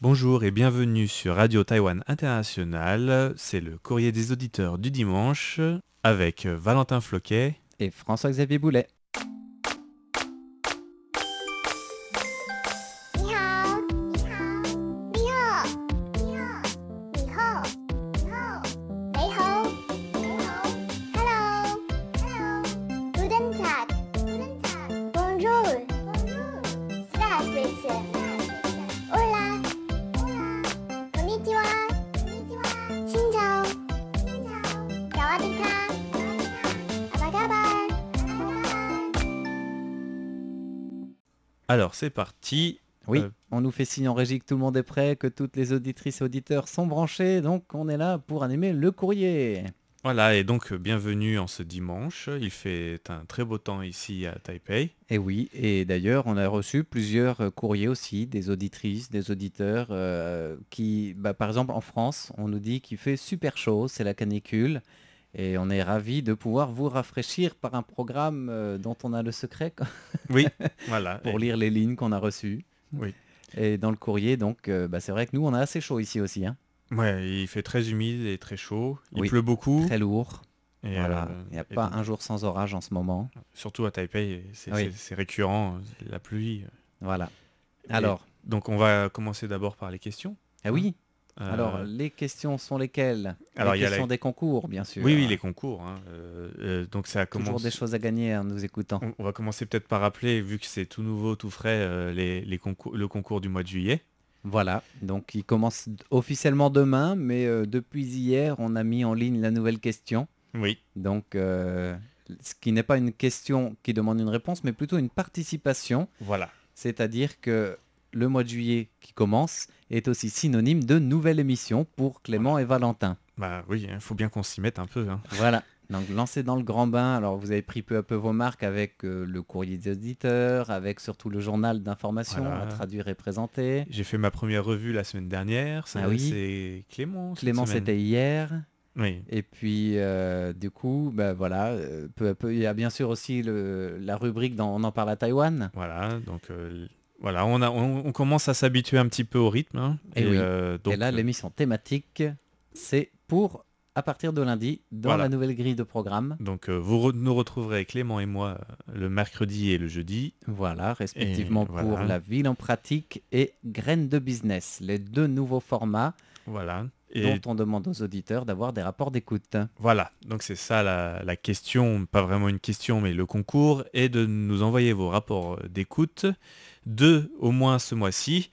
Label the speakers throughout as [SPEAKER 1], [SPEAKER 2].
[SPEAKER 1] Bonjour et bienvenue sur Radio Taïwan International. C'est le courrier des auditeurs du dimanche avec Valentin Floquet.
[SPEAKER 2] et François-Xavier Boulet.
[SPEAKER 3] 你好，你好，你好，你好，你好，你好，你好，你好，Hello，Hello，Guten Tag，Guten Tag，Bonjour，Bonjour，Star Fritz，Hola，Hola，Konnichiwa，Konnichiwa，新潮，新潮，萨瓦迪卡，萨瓦迪卡，阿巴嘎巴，阿巴嘎巴。
[SPEAKER 1] Alors c'est parti.
[SPEAKER 2] Oui,
[SPEAKER 1] Euh.
[SPEAKER 2] on nous fait signe en régie que tout le monde est prêt, que toutes les auditrices et auditeurs sont branchés, donc on est là pour animer le courrier.
[SPEAKER 1] Voilà, et donc euh, bienvenue en ce dimanche. Il fait un très beau temps ici à Taipei.
[SPEAKER 2] Et oui, et d'ailleurs, on a reçu plusieurs euh, courriers aussi, des auditrices, des auditeurs, euh, qui, bah, par exemple, en France, on nous dit qu'il fait super chaud, c'est la canicule, et on est ravis de pouvoir vous rafraîchir par un programme euh, dont on a le secret, quoi,
[SPEAKER 1] Oui, voilà.
[SPEAKER 2] pour
[SPEAKER 1] Et-
[SPEAKER 2] lire les lignes qu'on a reçues.
[SPEAKER 1] Oui.
[SPEAKER 2] Et dans le courrier, donc, euh, bah, c'est vrai que nous, on a assez chaud ici aussi, hein.
[SPEAKER 1] Ouais, il fait très humide et très chaud. Il
[SPEAKER 2] Oui.
[SPEAKER 1] pleut beaucoup.
[SPEAKER 2] très lourd.
[SPEAKER 1] Et,
[SPEAKER 2] Voilà,
[SPEAKER 1] euh,
[SPEAKER 2] il n'y a
[SPEAKER 1] et
[SPEAKER 2] pas
[SPEAKER 1] donc,
[SPEAKER 2] un jour sans orage en ce moment.
[SPEAKER 1] Surtout à Taipei, c'est
[SPEAKER 2] Oui.
[SPEAKER 1] c'est- c'est récurrent, euh, la pluie.
[SPEAKER 2] Voilà.
[SPEAKER 1] Et-
[SPEAKER 2] Alors,
[SPEAKER 1] Donc on va commencer d'abord par les questions.
[SPEAKER 2] ah oui,
[SPEAKER 1] Euh,
[SPEAKER 2] alors les questions sont lesquelles
[SPEAKER 1] alors,
[SPEAKER 2] Les
[SPEAKER 1] il y a la-
[SPEAKER 2] questions des concours, bien sûr.
[SPEAKER 1] Oui, oui, les concours. hein. Euh, euh, donc ça
[SPEAKER 2] Toujours
[SPEAKER 1] commence.
[SPEAKER 2] des choses à gagner en nous écoutant.
[SPEAKER 1] On, on va commencer peut-être par rappeler, vu que c'est tout nouveau, tout frais, euh, les, les concours, le concours du mois de juillet.
[SPEAKER 2] Voilà, donc il commence officiellement demain, mais euh, depuis hier, on a mis en ligne la nouvelle question.
[SPEAKER 1] Oui.
[SPEAKER 2] Donc, euh, ce qui n'est pas une question qui demande une réponse, mais plutôt une participation.
[SPEAKER 1] Voilà.
[SPEAKER 2] C'est-à-dire que le mois de juillet qui commence est aussi synonyme de nouvelle émission pour Clément et Valentin.
[SPEAKER 1] Bah oui, il faut bien qu'on s'y mette un peu. hein.
[SPEAKER 2] Voilà. Donc lancé dans le grand bain, alors vous avez pris peu à peu vos marques avec euh, le courrier des auditeurs, avec surtout le journal d'information
[SPEAKER 1] Voilà.
[SPEAKER 2] à traduire et présenter.
[SPEAKER 1] J'ai fait ma première revue la semaine dernière. Ça,
[SPEAKER 2] Ah oui.
[SPEAKER 1] C'est Clément. cette
[SPEAKER 2] Clément
[SPEAKER 1] semaine.
[SPEAKER 2] c'était hier.
[SPEAKER 1] Oui.
[SPEAKER 2] Et puis euh, du coup, ben voilà, euh, peu à peu, il y a bien sûr aussi le- la rubrique dans On en parle à Taïwan.
[SPEAKER 1] Voilà. Donc euh, voilà, on, a, on, on commence à s'habituer un petit peu au rythme. hein.
[SPEAKER 2] Eh oui.
[SPEAKER 1] euh, donc,
[SPEAKER 2] et là,
[SPEAKER 1] euh,
[SPEAKER 2] l'émission thématique, c'est pour à partir de lundi dans
[SPEAKER 1] Voilà.
[SPEAKER 2] la nouvelle grille de programme.
[SPEAKER 1] donc, euh, vous re- nous retrouverez Clément et moi euh, le mercredi et le jeudi.
[SPEAKER 2] Voilà, respectivement
[SPEAKER 1] voilà.
[SPEAKER 2] pour la ville en pratique et graines de business, les deux nouveaux formats.
[SPEAKER 1] Voilà. Et
[SPEAKER 2] dont on demande aux auditeurs d'avoir des rapports d'écoute. hein.
[SPEAKER 1] Voilà, donc c'est ça la, la question, pas vraiment une question, mais le concours, est de nous envoyer vos rapports euh, d'écoute, deux au moins ce mois-ci.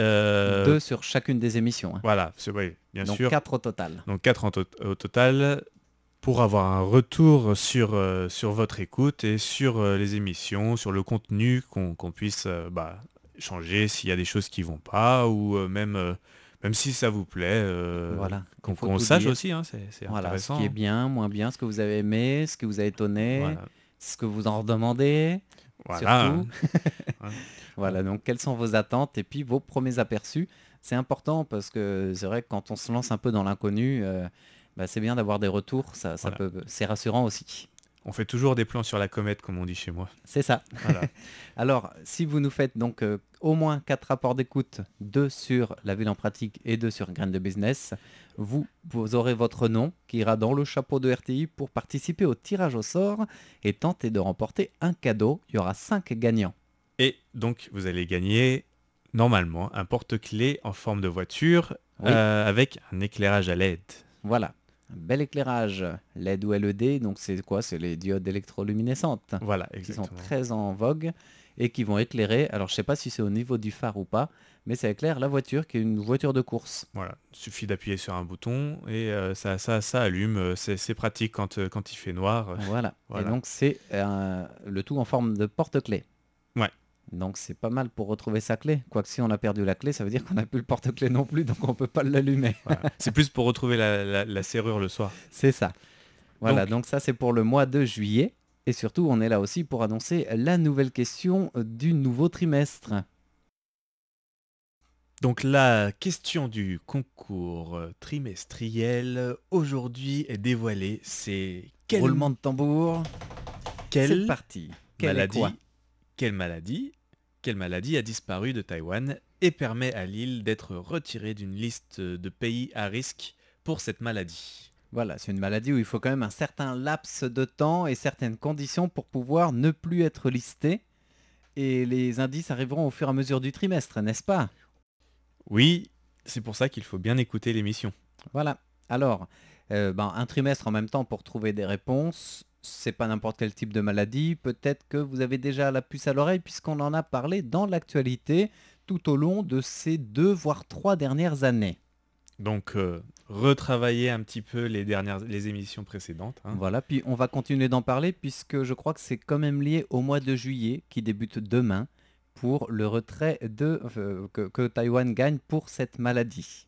[SPEAKER 1] Euh,
[SPEAKER 2] Deux sur chacune des émissions. hein.
[SPEAKER 1] Voilà, c'est oui, bien
[SPEAKER 2] Donc
[SPEAKER 1] sûr.
[SPEAKER 2] quatre au total.
[SPEAKER 1] Donc quatre en to- au total pour avoir un retour sur, euh, sur votre écoute et sur euh, les émissions, sur le contenu, qu'on qu'on puisse euh, bah, changer s'il y a des choses qui vont pas, ou euh, même, euh, même si ça vous plaît, euh,
[SPEAKER 2] voilà.
[SPEAKER 1] qu'on
[SPEAKER 2] Il faut
[SPEAKER 1] qu'on
[SPEAKER 2] tout
[SPEAKER 1] sache
[SPEAKER 2] dire.
[SPEAKER 1] aussi, hein, c'est c'est
[SPEAKER 2] Voilà, ce
[SPEAKER 1] intéressant.
[SPEAKER 2] qui est bien, moins bien, ce que vous avez aimé, ce qui vous a étonné,
[SPEAKER 1] Voilà.
[SPEAKER 2] ce que vous en redemandez.
[SPEAKER 1] Voilà.
[SPEAKER 2] Surtout. Voilà, donc quelles sont vos attentes et puis vos premiers aperçus. C'est important parce que c'est vrai que quand on se lance un peu dans l'inconnu, euh, bah, c'est bien d'avoir des retours, ça, ça peut, c'est rassurant aussi.
[SPEAKER 1] On fait toujours des plans sur la comète, comme on dit chez moi.
[SPEAKER 2] C'est ça.
[SPEAKER 1] Voilà.
[SPEAKER 2] Alors, si vous nous faites donc euh, au moins quatre rapports d'écoute, deux sur la ville en pratique et deux sur Graines de Business, vous, vous aurez votre nom qui ira dans le chapeau de RTI pour participer au tirage au sort et tenter de remporter un cadeau. Il y aura cinq gagnants.
[SPEAKER 1] Et donc, vous allez gagner, normalement, un porte-clés en forme de voiture
[SPEAKER 2] Oui.
[SPEAKER 1] euh, avec un éclairage à LED.
[SPEAKER 2] Voilà. Un bel éclairage, LED ou LED, donc c'est quoi C'est les diodes électroluminescentes
[SPEAKER 1] Voilà,
[SPEAKER 2] qui sont
[SPEAKER 1] exactement.
[SPEAKER 2] très en vogue et qui vont éclairer, alors je ne sais pas si c'est au niveau du phare ou pas, mais ça éclaire la voiture qui est une voiture de course.
[SPEAKER 1] Voilà, suffit d'appuyer sur un bouton et euh, ça, ça, ça allume. euh, C'est c'est pratique quand, euh, quand il fait noir.
[SPEAKER 2] Voilà.
[SPEAKER 1] Voilà.
[SPEAKER 2] Et donc c'est euh, le tout en forme de porte-clé.
[SPEAKER 1] Ouais.
[SPEAKER 2] Donc c'est pas mal pour retrouver sa clé. Quoique si on a perdu la clé, ça veut dire qu'on n'a plus le porte-clé non plus, donc on peut pas l'allumer.
[SPEAKER 1] Voilà. C'est plus pour retrouver la, la- la serrure le soir.
[SPEAKER 2] C'est ça. Voilà,
[SPEAKER 1] Donc-
[SPEAKER 2] donc, ça c'est pour le mois de juillet. Et surtout, on est là aussi pour annoncer la nouvelle question du nouveau trimestre.
[SPEAKER 1] Donc la question du concours euh, trimestriel aujourd'hui est dévoilée. C'est quel,
[SPEAKER 2] Roulement de tambour.
[SPEAKER 1] quel
[SPEAKER 2] C'est parti. Quelle est
[SPEAKER 1] maladie,
[SPEAKER 2] quoi
[SPEAKER 1] quelle maladie, quelle maladie a disparu de Taïwan et permet à l'île d'être retirée d'une liste de pays à risque pour cette maladie.
[SPEAKER 2] Voilà, c'est une maladie où il faut quand même un certain laps de temps et certaines conditions pour pouvoir ne plus être listé. Et les indices arriveront au fur et à mesure du trimestre, n'est-ce pas
[SPEAKER 1] Oui, c'est pour ça qu'il faut bien écouter l'émission.
[SPEAKER 2] Voilà. Alors, euh, ben, un trimestre en même temps pour trouver des réponses. C'est pas n'importe quel type de maladie. Peut-être que vous avez déjà la puce à l'oreille puisqu'on en a parlé dans l'actualité tout au long de ces deux voire trois dernières années.
[SPEAKER 1] Donc, euh, retravailler un petit peu les, dernières, les émissions précédentes. hein.
[SPEAKER 2] Voilà, puis on va continuer d'en parler puisque je crois que c'est quand même lié au mois de juillet qui débute demain pour le retrait de euh, que, que Taïwan gagne pour cette maladie.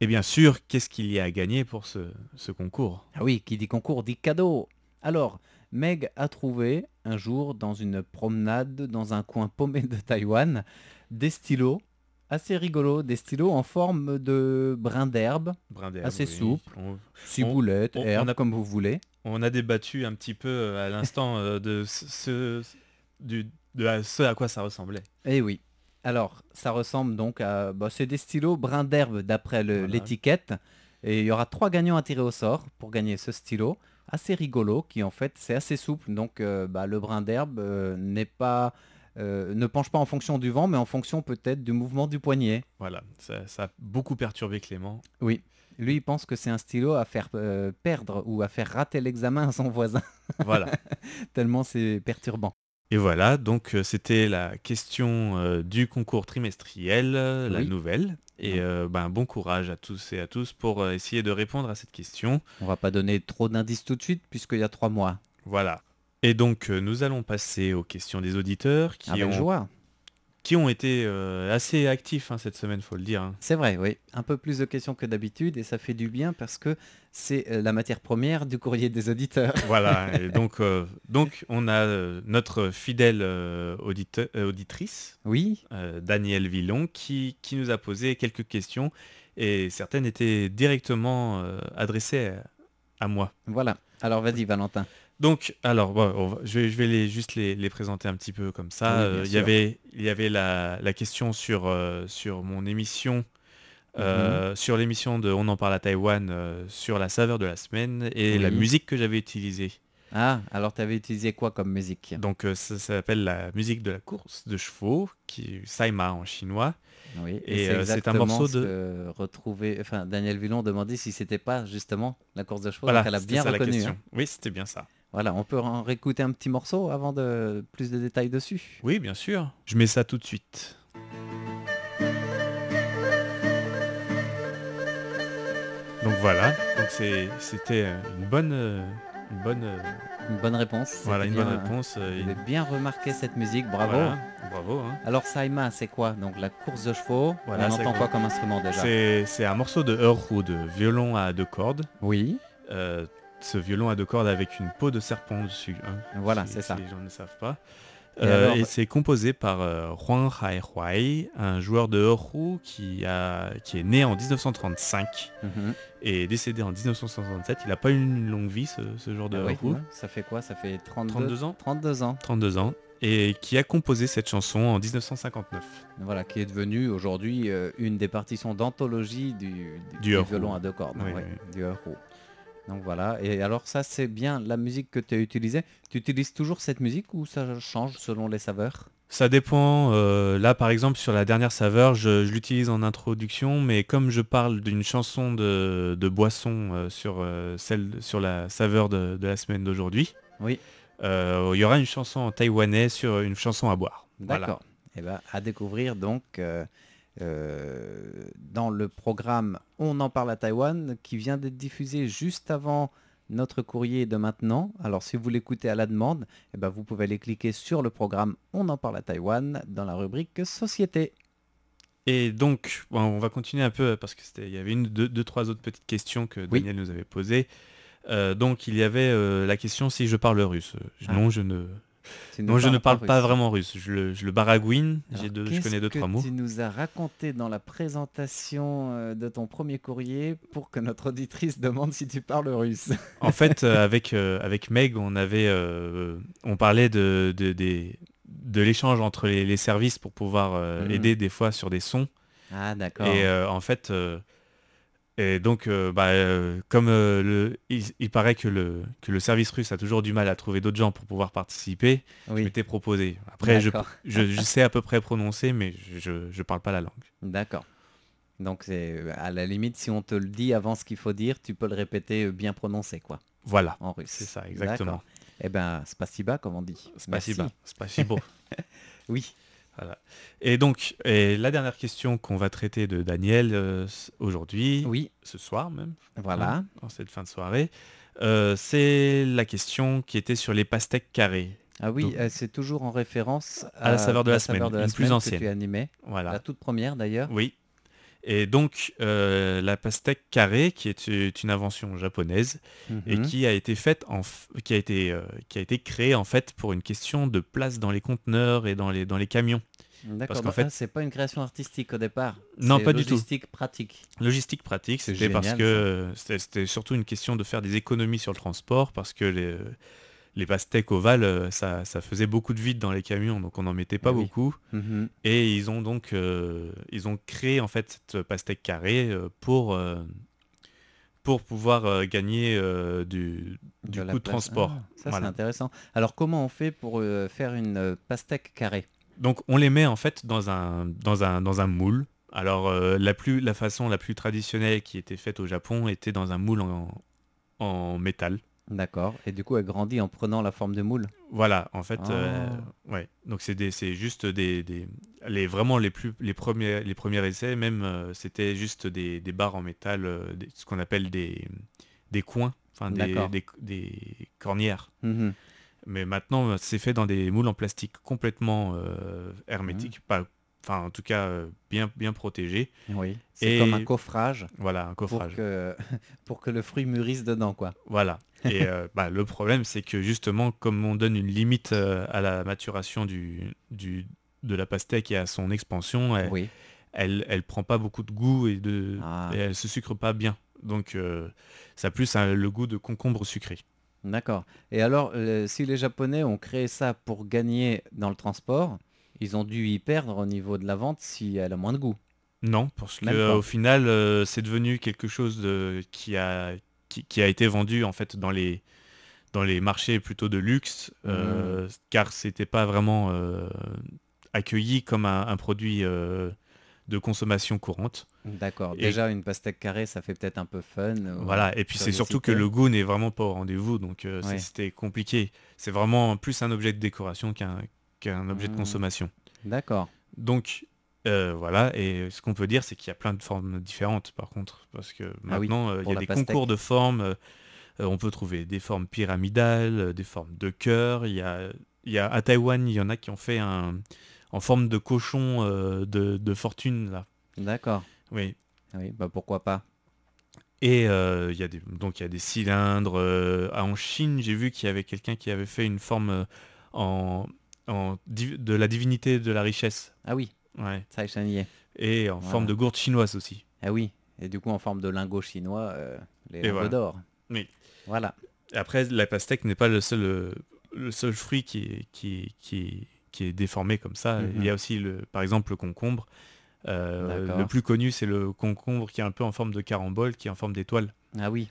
[SPEAKER 1] Et bien sûr, qu'est-ce qu'il y a à gagner pour ce, ce concours
[SPEAKER 2] Ah oui, qui dit concours dit cadeau. Alors, Meg a trouvé un jour dans une promenade dans un coin paumé de Taïwan des stylos assez rigolos, des stylos en forme de brin d'herbe,
[SPEAKER 1] Brin d'herbe,
[SPEAKER 2] Assez souple.
[SPEAKER 1] On,
[SPEAKER 2] ciboulette,
[SPEAKER 1] on- on
[SPEAKER 2] herbe,
[SPEAKER 1] a-
[SPEAKER 2] comme vous voulez.
[SPEAKER 1] on a débattu un petit peu à l'instant euh, de ce, ce- du- de à- ce à quoi ça ressemblait.
[SPEAKER 2] Eh oui. Alors, ça ressemble donc à... bah, c'est des stylos brins d'herbe d'après le-
[SPEAKER 1] Voilà.
[SPEAKER 2] l'étiquette. Et il y aura trois gagnants à tirer au sort pour gagner ce stylo. Assez rigolo, qui en fait, c'est assez souple. Donc, euh, bah, le brin d'herbe euh, n'est pas... euh, ne penche pas en fonction du vent, mais en fonction peut-être du mouvement du poignet.
[SPEAKER 1] Voilà, ça, ça a beaucoup perturbé Clément.
[SPEAKER 2] Lui, il pense que c'est un stylo à faire euh, perdre ou à faire rater l'examen à son voisin,
[SPEAKER 1] Voilà.
[SPEAKER 2] tellement c'est perturbant.
[SPEAKER 1] Et voilà, donc euh, c'était la question euh, du concours trimestriel, euh, la
[SPEAKER 2] Oui.
[SPEAKER 1] nouvelle.
[SPEAKER 2] Ouais.
[SPEAKER 1] Et euh, ben, bon courage à tous et à tous pour euh, essayer de répondre à cette question.
[SPEAKER 2] On va pas donner trop d'indices tout de suite, puisqu'il y a trois mois.
[SPEAKER 1] Voilà. Et donc euh, nous allons passer aux questions des auditeurs qui,
[SPEAKER 2] Avec
[SPEAKER 1] ont,
[SPEAKER 2] joie.
[SPEAKER 1] qui ont été euh, assez actifs hein, cette semaine, faut le dire. hein.
[SPEAKER 2] C'est vrai, oui. Un peu plus de questions que d'habitude et ça fait du bien parce que c'est euh, la matière première du courrier des auditeurs.
[SPEAKER 1] Voilà. et donc, euh, donc on a euh, notre fidèle euh, audite- euh, auditrice,
[SPEAKER 2] Oui,
[SPEAKER 1] euh, Daniel Villon, qui, qui nous a posé quelques questions et certaines étaient directement euh, adressées à- à moi.
[SPEAKER 2] voilà. Alors vas-y Valentin.
[SPEAKER 1] Donc, alors, bon, on va- je vais, je vais les, juste les, les présenter un petit peu comme ça.
[SPEAKER 2] Oui, bien
[SPEAKER 1] Euh, il, y
[SPEAKER 2] sûr.
[SPEAKER 1] avait, il y avait la, la question sur, euh, sur mon émission, euh,
[SPEAKER 2] Mhm.
[SPEAKER 1] sur l'émission de On en parle à Taïwan, euh, sur la saveur de la semaine et la
[SPEAKER 2] Oui.
[SPEAKER 1] musique que j'avais utilisée.
[SPEAKER 2] Ah, alors t'avais utilisé quoi comme musique
[SPEAKER 1] Donc, euh, ça, ça s'appelle la musique de la course de chevaux, qui est Saima en chinois.
[SPEAKER 2] Oh, Oui,
[SPEAKER 1] Et, euh, c'est un
[SPEAKER 2] exactement
[SPEAKER 1] morceau
[SPEAKER 2] ce
[SPEAKER 1] de-
[SPEAKER 2] que retrouvé... Enfin, Daniel Villon demandait si c'était pas justement la course de chevaux.
[SPEAKER 1] Voilà,
[SPEAKER 2] donc elle a
[SPEAKER 1] c'était
[SPEAKER 2] bien
[SPEAKER 1] ça la
[SPEAKER 2] reconnu.
[SPEAKER 1] question.
[SPEAKER 2] hein.
[SPEAKER 1] Oui, c'était bien ça.
[SPEAKER 2] Voilà, on peut en réécouter un petit morceau avant de plus de détails dessus.
[SPEAKER 1] Oui, bien sûr. Je mets ça tout de suite. Donc voilà, donc c'est- c'était euh, une bonne, euh, une bonne, euh,
[SPEAKER 2] Une bonne réponse.
[SPEAKER 1] voilà, une
[SPEAKER 2] c'était
[SPEAKER 1] bonne
[SPEAKER 2] bien, hein.
[SPEAKER 1] réponse. euh,
[SPEAKER 2] Vous
[SPEAKER 1] une-
[SPEAKER 2] avez bien remarqué cette musique, bravo.
[SPEAKER 1] voilà, bravo. hein.
[SPEAKER 2] Alors Saïma, c'est quoi Donc la course de chevaux.
[SPEAKER 1] Voilà,
[SPEAKER 2] on
[SPEAKER 1] c'est
[SPEAKER 2] entend quoi comme instrument déjà
[SPEAKER 1] C'est c'est un morceau de heurou, de violon à deux cordes.
[SPEAKER 2] Oui,
[SPEAKER 1] Euh, ce violon à deux cordes avec une peau de serpent dessus. hein,
[SPEAKER 2] voilà,
[SPEAKER 1] si-
[SPEAKER 2] c'est ça.
[SPEAKER 1] Si les gens ne savent pas.
[SPEAKER 2] Et
[SPEAKER 1] Euh,
[SPEAKER 2] alors-
[SPEAKER 1] et c'est composé par euh, Huang Hai Huai, un joueur de Horu qui, a, qui est né en 1935
[SPEAKER 2] Mhm.
[SPEAKER 1] et décédé en 1967. Il n'a pas eu une longue vie, ce, ce joueur de
[SPEAKER 2] Ah oui,
[SPEAKER 1] Horu.
[SPEAKER 2] hein, ça fait quoi Ça fait 32,
[SPEAKER 1] 32 ans
[SPEAKER 2] 32 ans.
[SPEAKER 1] 32 ans. Et qui a composé cette chanson en 1959.
[SPEAKER 2] Voilà, qui est devenue aujourd'hui euh, une des partitions d'anthologie du, du,
[SPEAKER 1] Du Erhu.
[SPEAKER 2] violon à deux cordes.
[SPEAKER 1] Oui,
[SPEAKER 2] ouais, Du Erhu. Donc voilà, et alors ça c'est bien la musique que tu as utilisée. Tu utilises toujours cette musique ou ça change selon les saveurs
[SPEAKER 1] Ça dépend. euh, là, par exemple, sur la dernière saveur, je, je l'utilise en introduction, mais comme je parle d'une chanson de, de boisson euh, sur, euh, celle, sur la saveur de, de la semaine d'aujourd'hui,
[SPEAKER 2] Oui.
[SPEAKER 1] euh, il y aura une chanson en taïwanais sur une chanson à boire. Voilà.
[SPEAKER 2] D'accord. Et ben, à découvrir donc euh, euh, dans le programme On en parle à Taïwan qui vient d'être diffusé juste avant notre courrier de maintenant. Alors si vous l'écoutez à la demande, eh ben, vous pouvez aller cliquer sur le programme On en parle à Taïwan dans la rubrique Société.
[SPEAKER 1] Et donc, bon, on va continuer un peu euh, parce que c'était- il y avait une, deux, deux, trois autres petites questions que
[SPEAKER 2] Oui.
[SPEAKER 1] Daniel nous avait posées. Euh, donc, il y avait euh, la question si je parle russe. Je-
[SPEAKER 2] Ah.
[SPEAKER 1] Non, je ne,
[SPEAKER 2] Tu
[SPEAKER 1] non, je ne parle
[SPEAKER 2] parles
[SPEAKER 1] pas vraiment russe. Je le, je le baragouine.
[SPEAKER 2] Alors,
[SPEAKER 1] J'ai deux- je
[SPEAKER 2] qu'est-ce
[SPEAKER 1] connais deux,
[SPEAKER 2] que
[SPEAKER 1] trois mots.
[SPEAKER 2] Tu nous as raconté dans la présentation euh, de ton premier courrier pour que notre auditrice demande si tu parles russe.
[SPEAKER 1] En fait, euh, avec, euh, avec Meg, on avait, euh, on parlait de, de- des, de l'échange entre les, les services pour pouvoir euh,
[SPEAKER 2] Mhm.
[SPEAKER 1] aider des fois sur des sons.
[SPEAKER 2] Ah, d'accord.
[SPEAKER 1] Et euh, en fait, euh, et donc, euh, bah, euh, comme euh, le, il, il paraît que le, que le service russe a toujours du mal à trouver d'autres gens pour pouvoir participer, je
[SPEAKER 2] oui.
[SPEAKER 1] m'étais proposé. Après, je,
[SPEAKER 2] D'accord.
[SPEAKER 1] je, je sais à peu près prononcer, mais je ne parle pas la langue.
[SPEAKER 2] D'accord. Donc, c'est euh, à la limite, si on te le dit avant ce qu'il faut dire, tu peux le répéter euh, bien prononcé, quoi,
[SPEAKER 1] Voilà,
[SPEAKER 2] en russe.
[SPEAKER 1] c'est ça, exactement.
[SPEAKER 2] D'accord. Eh ben, spasiba, comme on dit.
[SPEAKER 1] Spasiba,
[SPEAKER 2] Merci.
[SPEAKER 1] spasibo.
[SPEAKER 2] Oui.
[SPEAKER 1] Et donc, et la dernière question qu'on va traiter de Daniel euh, s- aujourd'hui,
[SPEAKER 2] Oui.
[SPEAKER 1] ce soir même,
[SPEAKER 2] Voilà.
[SPEAKER 1] en cette fin de soirée, euh, c'est la question qui était sur les pastèques carrées.
[SPEAKER 2] Ah oui,
[SPEAKER 1] Donc-
[SPEAKER 2] euh, c'est toujours en référence
[SPEAKER 1] À la saveur de la semaine,
[SPEAKER 2] saveur de la
[SPEAKER 1] une plus
[SPEAKER 2] semaine que
[SPEAKER 1] ancienne.
[SPEAKER 2] tu animais,
[SPEAKER 1] Voilà.
[SPEAKER 2] la toute première d'ailleurs.
[SPEAKER 1] Oui. Et donc, euh, la pastèque carrée, qui est u- une invention japonaise et
[SPEAKER 2] Mhm.
[SPEAKER 1] qui a été faite en, f- qui a été, euh, qui a été créée en fait pour une question de place dans les conteneurs et dans les, dans les camions.
[SPEAKER 2] D'accord.
[SPEAKER 1] qu'en
[SPEAKER 2] bah,
[SPEAKER 1] fait-
[SPEAKER 2] ah, c'est pas une création artistique au départ.
[SPEAKER 1] Non,
[SPEAKER 2] C'est
[SPEAKER 1] pas du tout.
[SPEAKER 2] Logistique pratique.
[SPEAKER 1] Logistique pratique,
[SPEAKER 2] C'est
[SPEAKER 1] c'était parce
[SPEAKER 2] génial,
[SPEAKER 1] que
[SPEAKER 2] ça.
[SPEAKER 1] euh, c'était- c'était surtout une question de faire des économies sur le transport parce que les, les pastèques ovales, euh, ça, ça faisait beaucoup de vide dans les camions, donc on n'en mettait pas
[SPEAKER 2] Eh oui.
[SPEAKER 1] beaucoup.
[SPEAKER 2] Mhm.
[SPEAKER 1] Et ils ont donc euh, ils ont créé en fait cette pastèque carrée euh, pour, euh, pour pouvoir euh, gagner euh, du, du
[SPEAKER 2] la
[SPEAKER 1] coût de
[SPEAKER 2] place.
[SPEAKER 1] transport.
[SPEAKER 2] Ah, ça,
[SPEAKER 1] Voilà.
[SPEAKER 2] c'est intéressant. Alors, comment on fait pour euh, faire une euh, pastèque carrée
[SPEAKER 1] Donc on les met en fait dans un, dans un, dans un moule. Alors euh, la, plus, la façon la plus traditionnelle qui était faite au Japon était dans un moule en, en métal.
[SPEAKER 2] D'accord. Et du coup, elle grandit en prenant la forme de moule.
[SPEAKER 1] Voilà, en fait, euh,
[SPEAKER 2] Ah.
[SPEAKER 1] ouais. Donc c'est des- c'est juste des, des- les vraiment les plus les premiers les premiers essais, même euh, c'était juste des, des barres en métal, euh, des- ce qu'on appelle des des coins, enfin des,
[SPEAKER 2] D'accord.
[SPEAKER 1] des- des cornières.
[SPEAKER 2] Mhm.
[SPEAKER 1] Mais maintenant, euh, c'est fait dans des moules en plastique complètement euh, hermétiques,
[SPEAKER 2] Mmh.
[SPEAKER 1] pas, enfin en tout cas euh, bien bien protégés.
[SPEAKER 2] Oui. C'est
[SPEAKER 1] Et-
[SPEAKER 2] comme un coffrage,
[SPEAKER 1] Voilà, un
[SPEAKER 2] pour
[SPEAKER 1] coffrage.
[SPEAKER 2] que, pour que le fruit mûrisse dedans, quoi.
[SPEAKER 1] Voilà. Et euh, bah, le problème, c'est que justement, comme on donne une limite euh, à la maturation du, du- de la pastèque et à son expansion, elle,
[SPEAKER 2] Oui.
[SPEAKER 1] elle, elle prend pas beaucoup de goût et, de,
[SPEAKER 2] Ah,
[SPEAKER 1] et elle se sucre pas bien. Donc, euh, ça a plus hein, le goût de concombre sucré.
[SPEAKER 2] D'accord. Et alors, euh, si les Japonais ont créé ça pour gagner dans le transport, ils ont dû y perdre au niveau de la vente si elle a moins de goût.
[SPEAKER 1] Non, parce que
[SPEAKER 2] Même
[SPEAKER 1] euh,
[SPEAKER 2] pas.
[SPEAKER 1] au final, euh, c'est devenu quelque chose de, qui, a, qui, qui a été vendu en fait dans les, dans les marchés plutôt de luxe,
[SPEAKER 2] Mmh.
[SPEAKER 1] euh, car c'était pas vraiment euh, accueilli comme un, un produit euh, de consommation courante.
[SPEAKER 2] D'accord.
[SPEAKER 1] Et-
[SPEAKER 2] Déjà, une pastèque carrée, ça fait peut-être un peu fun. euh,
[SPEAKER 1] Voilà. Et puis c'est surtout que
[SPEAKER 2] curiosité.
[SPEAKER 1] le goût n'est vraiment pas au rendez-vous, donc euh, c'est-
[SPEAKER 2] Ouais.
[SPEAKER 1] c'était compliqué. C'est vraiment plus un objet de décoration qu'un qu'un objet de
[SPEAKER 2] Mhm.
[SPEAKER 1] consommation.
[SPEAKER 2] D'accord.
[SPEAKER 1] Donc euh, voilà, et ce qu'on peut dire, c'est qu'il y a plein de formes différentes par contre, parce que
[SPEAKER 2] Ah oui,
[SPEAKER 1] maintenant, euh, il y
[SPEAKER 2] pour
[SPEAKER 1] a
[SPEAKER 2] la
[SPEAKER 1] des
[SPEAKER 2] pastèque.
[SPEAKER 1] concours de formes, euh, euh, on peut trouver des formes pyramidales, euh, des formes de cœur, il y a, il y a- à Taïwan, il y en a qui ont fait un, en forme de cochon euh, de, de fortune, là.
[SPEAKER 2] D'accord.
[SPEAKER 1] Oui.
[SPEAKER 2] Oui, bah pourquoi pas.
[SPEAKER 1] Et euh, il y a des, donc il y a des cylindres. euh, ah, en Chine, j'ai vu qu'il y avait quelqu'un qui avait fait une forme euh, en, en div- de la divinité de la richesse.
[SPEAKER 2] Ah oui,
[SPEAKER 1] Ouais.
[SPEAKER 2] ça y est.
[SPEAKER 1] Et en forme
[SPEAKER 2] Voilà.
[SPEAKER 1] de gourde chinoise aussi.
[SPEAKER 2] Ah oui. Et du coup, en forme de lingot chinois, euh, les
[SPEAKER 1] Et
[SPEAKER 2] lingots
[SPEAKER 1] voilà.
[SPEAKER 2] d'or.
[SPEAKER 1] Oui.
[SPEAKER 2] Voilà.
[SPEAKER 1] Après, la pastèque n'est pas le seul, euh, le seul fruit qui est, qui, est- qui, est- qui est déformé comme ça.
[SPEAKER 2] Mhm.
[SPEAKER 1] Il y a aussi, le, par exemple, le concombre. Euh,
[SPEAKER 2] D'accord.
[SPEAKER 1] le plus connu, c'est le concombre qui est un peu en forme de carambole, qui est en forme d'étoile.
[SPEAKER 2] Ah oui.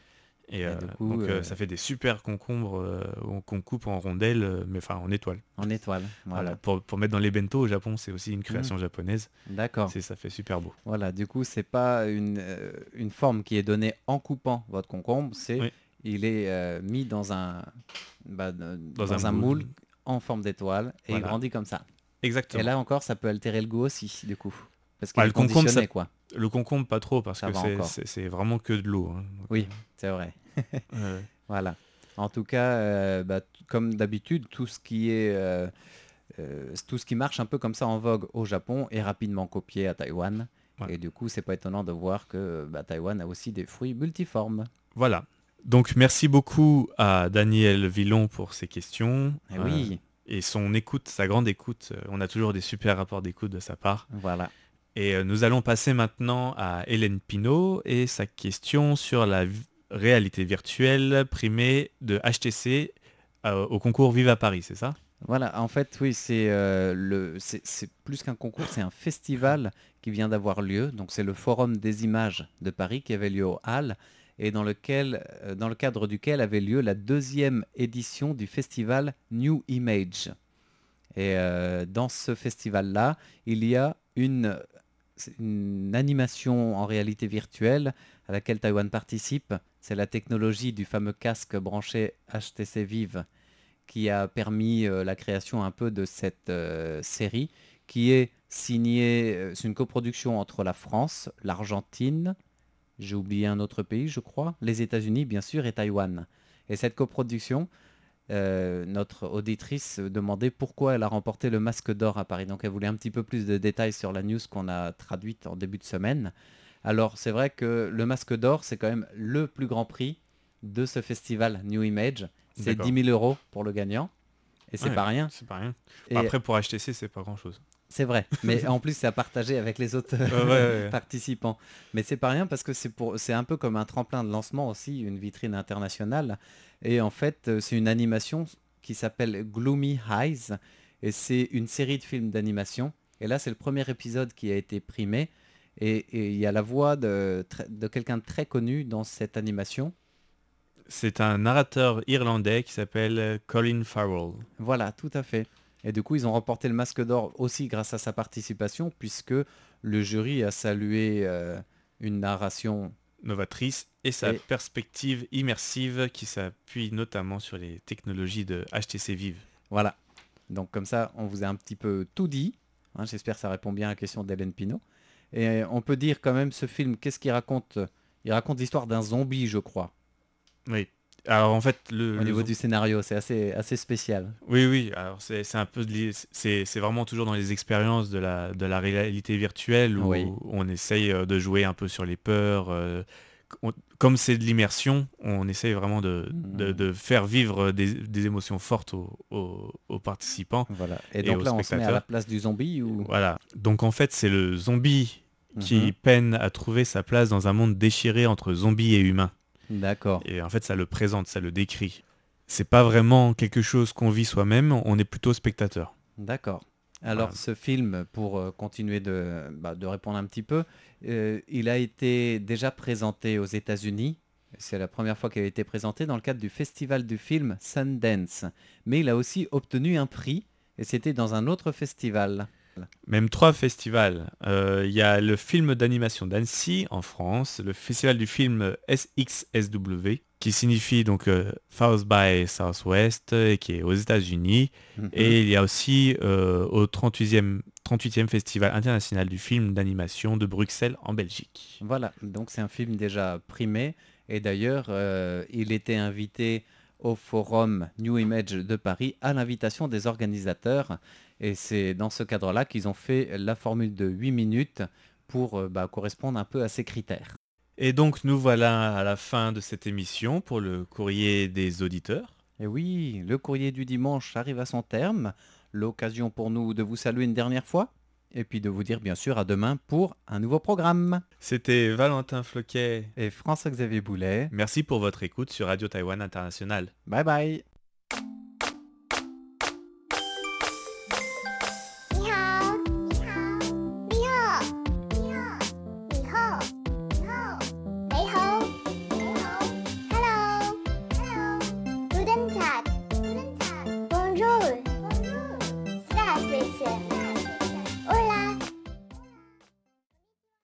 [SPEAKER 1] Et,
[SPEAKER 2] Et
[SPEAKER 1] euh,
[SPEAKER 2] du coup,
[SPEAKER 1] donc, euh,
[SPEAKER 2] euh,
[SPEAKER 1] ça fait des super concombres euh, on- qu'on coupe en rondelles, euh, mais enfin en étoile.
[SPEAKER 2] En étoile. Voilà. Mhm.
[SPEAKER 1] Voilà. Pour, pour mettre dans les bento au Japon, c'est aussi une création japonaise.
[SPEAKER 2] D'accord.
[SPEAKER 1] C'est Ça fait super beau.
[SPEAKER 2] Voilà. Du coup, c'est pas une, euh, une forme qui est donnée en coupant votre concombre. C'est
[SPEAKER 1] Oui.
[SPEAKER 2] il est euh, mis dans un bah, dans,
[SPEAKER 1] un
[SPEAKER 2] un, moule.
[SPEAKER 1] moule.
[SPEAKER 2] en forme d'étoile et il
[SPEAKER 1] Voilà.
[SPEAKER 2] grandit comme ça.
[SPEAKER 1] Exactement.
[SPEAKER 2] Et là encore, ça peut altérer le goût aussi, du coup. Parce qu'il
[SPEAKER 1] Bah,
[SPEAKER 2] est
[SPEAKER 1] le concombre, ça-
[SPEAKER 2] conditionné, quoi.
[SPEAKER 1] le concombre, pas trop, parce
[SPEAKER 2] Ça
[SPEAKER 1] que
[SPEAKER 2] va
[SPEAKER 1] c'est-
[SPEAKER 2] encore.
[SPEAKER 1] c'est c'est vraiment que de l'eau. hein.
[SPEAKER 2] Oui, c'est vrai.
[SPEAKER 1] Euh,
[SPEAKER 2] Voilà. En tout cas, euh, bah, t- comme d'habitude, tout ce qui est euh, euh, tout ce qui marche un peu comme ça en vogue au Japon est rapidement copié à Taïwan.
[SPEAKER 1] Ouais.
[SPEAKER 2] Et du coup, c'est pas étonnant de voir que euh, bah, Taïwan a aussi des fruits multiformes.
[SPEAKER 1] Voilà. Donc merci beaucoup à Daniel Villon pour ses questions
[SPEAKER 2] Eh
[SPEAKER 1] euh,
[SPEAKER 2] oui,
[SPEAKER 1] et son écoute, sa grande écoute. Euh, On a toujours des super rapports d'écoute de sa part.
[SPEAKER 2] voilà.
[SPEAKER 1] Et euh, nous allons passer maintenant à Hélène Pinault et sa question sur la vi- réalité virtuelle primée de HTC euh, au concours Vive à Paris, c'est ça
[SPEAKER 2] Voilà, en fait, oui, c'est euh, le- c'est- c'est plus qu'un concours, c'est un festival qui vient d'avoir lieu. Donc, c'est le Forum des images de Paris qui avait lieu au Hall et dans, lequel, euh, dans le cadre duquel avait lieu la deuxième édition du festival New Image. Et euh, dans ce festival-là, il y a une, c'est une animation en réalité virtuelle à laquelle Taïwan participe. C'est la technologie du fameux casque branché HTC Vive qui a permis euh, la création un peu de cette euh, série qui est signée, euh, c'est une coproduction entre la France, l'Argentine, j'ai oublié un autre pays je crois, les États-Unis bien sûr et Taïwan. Et cette coproduction, euh, notre auditrice demandait pourquoi elle a remporté le masque d'or à Paris. Donc elle voulait un petit peu plus de détails sur la news qu'on a traduite en début de semaine. Alors c'est vrai que le masque d'or, c'est quand même le plus grand prix de ce festival New Image. C'est
[SPEAKER 1] D'accord.
[SPEAKER 2] 10 000 euros pour le gagnant. Et c'est
[SPEAKER 1] Ouais.
[SPEAKER 2] pas rien.
[SPEAKER 1] C'est pas rien.
[SPEAKER 2] Et
[SPEAKER 1] Après, pour HTC, c'est pas grand-chose.
[SPEAKER 2] c'est vrai. Mais en plus, c'est à partager avec les autres
[SPEAKER 1] Ouais, ouais, ouais.
[SPEAKER 2] participants. Mais c'est pas rien parce que c'est pour, c'est un peu comme un tremplin de lancement aussi, une vitrine internationale. Et en fait, euh, c'est une animation qui s'appelle Gloomy Highs et c'est une série de films d'animation. Et là, c'est le premier épisode qui a été primé. Et et il y a la voix de, tr- de quelqu'un de très connu dans cette animation.
[SPEAKER 1] C'est un narrateur irlandais qui s'appelle euh, Colin Farrell.
[SPEAKER 2] Voilà, tout à fait. Et du coup, ils ont remporté le masque d'or aussi grâce à sa participation, puisque le jury a salué euh, une narration.
[SPEAKER 1] novatrice et sa
[SPEAKER 2] Et-
[SPEAKER 1] perspective immersive qui s'appuie notamment sur les technologies de HTC Vive.
[SPEAKER 2] Voilà. Donc comme ça, on vous a un petit peu tout dit. Hein, J'espère que ça répond bien à la question d'Hélène Pinault. Et on peut dire quand même, ce film, qu'est-ce qu'il raconte Il raconte l'histoire d'un zombie, je crois.
[SPEAKER 1] Oui. Alors en fait, le...
[SPEAKER 2] Au
[SPEAKER 1] le-
[SPEAKER 2] niveau du scénario, c'est assez, assez spécial.
[SPEAKER 1] Oui, oui, alors c'est c'est un peu... de l'é- C'est c'est vraiment toujours dans les expériences de la, de la réalité virtuelle où
[SPEAKER 2] Oui.
[SPEAKER 1] on essaye euh, de jouer un peu sur les peurs. euh, on- Comme c'est de l'immersion, on essaye vraiment de, de-
[SPEAKER 2] Mhm.
[SPEAKER 1] de faire vivre des, des émotions fortes aux- aux- aux participants.
[SPEAKER 2] Voilà. Et,
[SPEAKER 1] Et
[SPEAKER 2] donc
[SPEAKER 1] au
[SPEAKER 2] là, on se met à
[SPEAKER 1] spectateur.
[SPEAKER 2] la place du zombie ou...
[SPEAKER 1] Voilà. Donc en fait, c'est le zombie qui
[SPEAKER 2] Mhm.
[SPEAKER 1] peine à trouver sa place dans un monde déchiré entre zombies et humains.
[SPEAKER 2] D'accord.
[SPEAKER 1] Et en fait, ça le présente, ça le décrit. C'est pas vraiment quelque chose qu'on vit soi-même, on est plutôt spectateur.
[SPEAKER 2] D'accord. Alors
[SPEAKER 1] Voilà.
[SPEAKER 2] ce film, pour euh, continuer de, bah, de répondre un petit peu, euh, il a été déjà présenté aux États-Unis. C'est la première fois qu'il a été présenté dans le cadre du festival du film Sundance. Mais il a aussi obtenu un prix, et c'était dans un autre festival.
[SPEAKER 1] Même trois festivals. Euh, Il y a le film d'animation d'Annecy en France, le festival du film SXSW, qui signifie donc euh, South by Southwest, et qui est aux États-Unis.
[SPEAKER 2] Mhm.
[SPEAKER 1] Et il y a aussi euh, au 38e, 38e Festival international du film d'animation de Bruxelles en Belgique.
[SPEAKER 2] Voilà, donc c'est un film déjà primé. Et d'ailleurs, euh, il était invité au forum New Image de Paris à l'invitation des organisateurs. Et c'est dans ce cadre-là qu'ils ont fait la formule de 8 minutes pour euh, bah, correspondre un peu à ces critères.
[SPEAKER 1] Et donc nous voilà à la fin de cette émission pour le courrier des auditeurs.
[SPEAKER 2] Et oui, le courrier du dimanche arrive à son terme. L'occasion pour nous de vous saluer une dernière fois. Et puis de vous dire bien sûr à demain pour un nouveau programme.
[SPEAKER 1] C'était Valentin Floquet.
[SPEAKER 2] Et François-Xavier Boulet,
[SPEAKER 1] Merci pour votre écoute sur Radio Taïwan International.
[SPEAKER 2] bye bye